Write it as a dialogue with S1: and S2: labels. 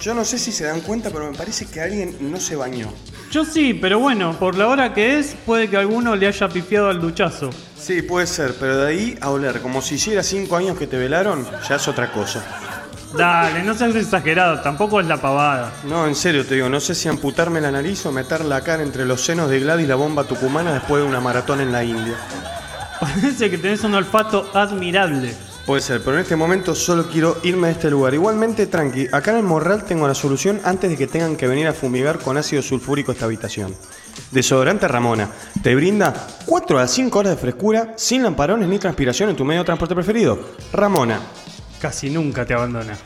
S1: Yo no sé si se dan cuenta, pero me parece que alguien no se bañó.
S2: Yo sí, pero bueno, por la hora que es, puede que alguno le haya pifiado al duchazo.
S1: Sí, puede ser, pero de ahí a oler como si hiciera cinco años que te velaron, ya es otra cosa.
S2: Dale, no seas exagerado, tampoco es la pavada.
S1: No, en serio te digo, no sé si amputarme la nariz o meter la cara entre los senos de Gladys la bomba tucumana después de una maratón en la India.
S2: Parece que tenés un olfato admirable.
S1: Puede ser, pero en este momento solo quiero irme de este lugar. Igualmente, tranqui, acá en el Morral tengo la solución antes de que tengan que venir a fumigar con ácido sulfúrico esta habitación. Desodorante Ramona. Te brinda 4 a 5 horas de frescura sin lamparones ni transpiración en tu medio de transporte preferido. Ramona.
S2: Casi nunca te abandona.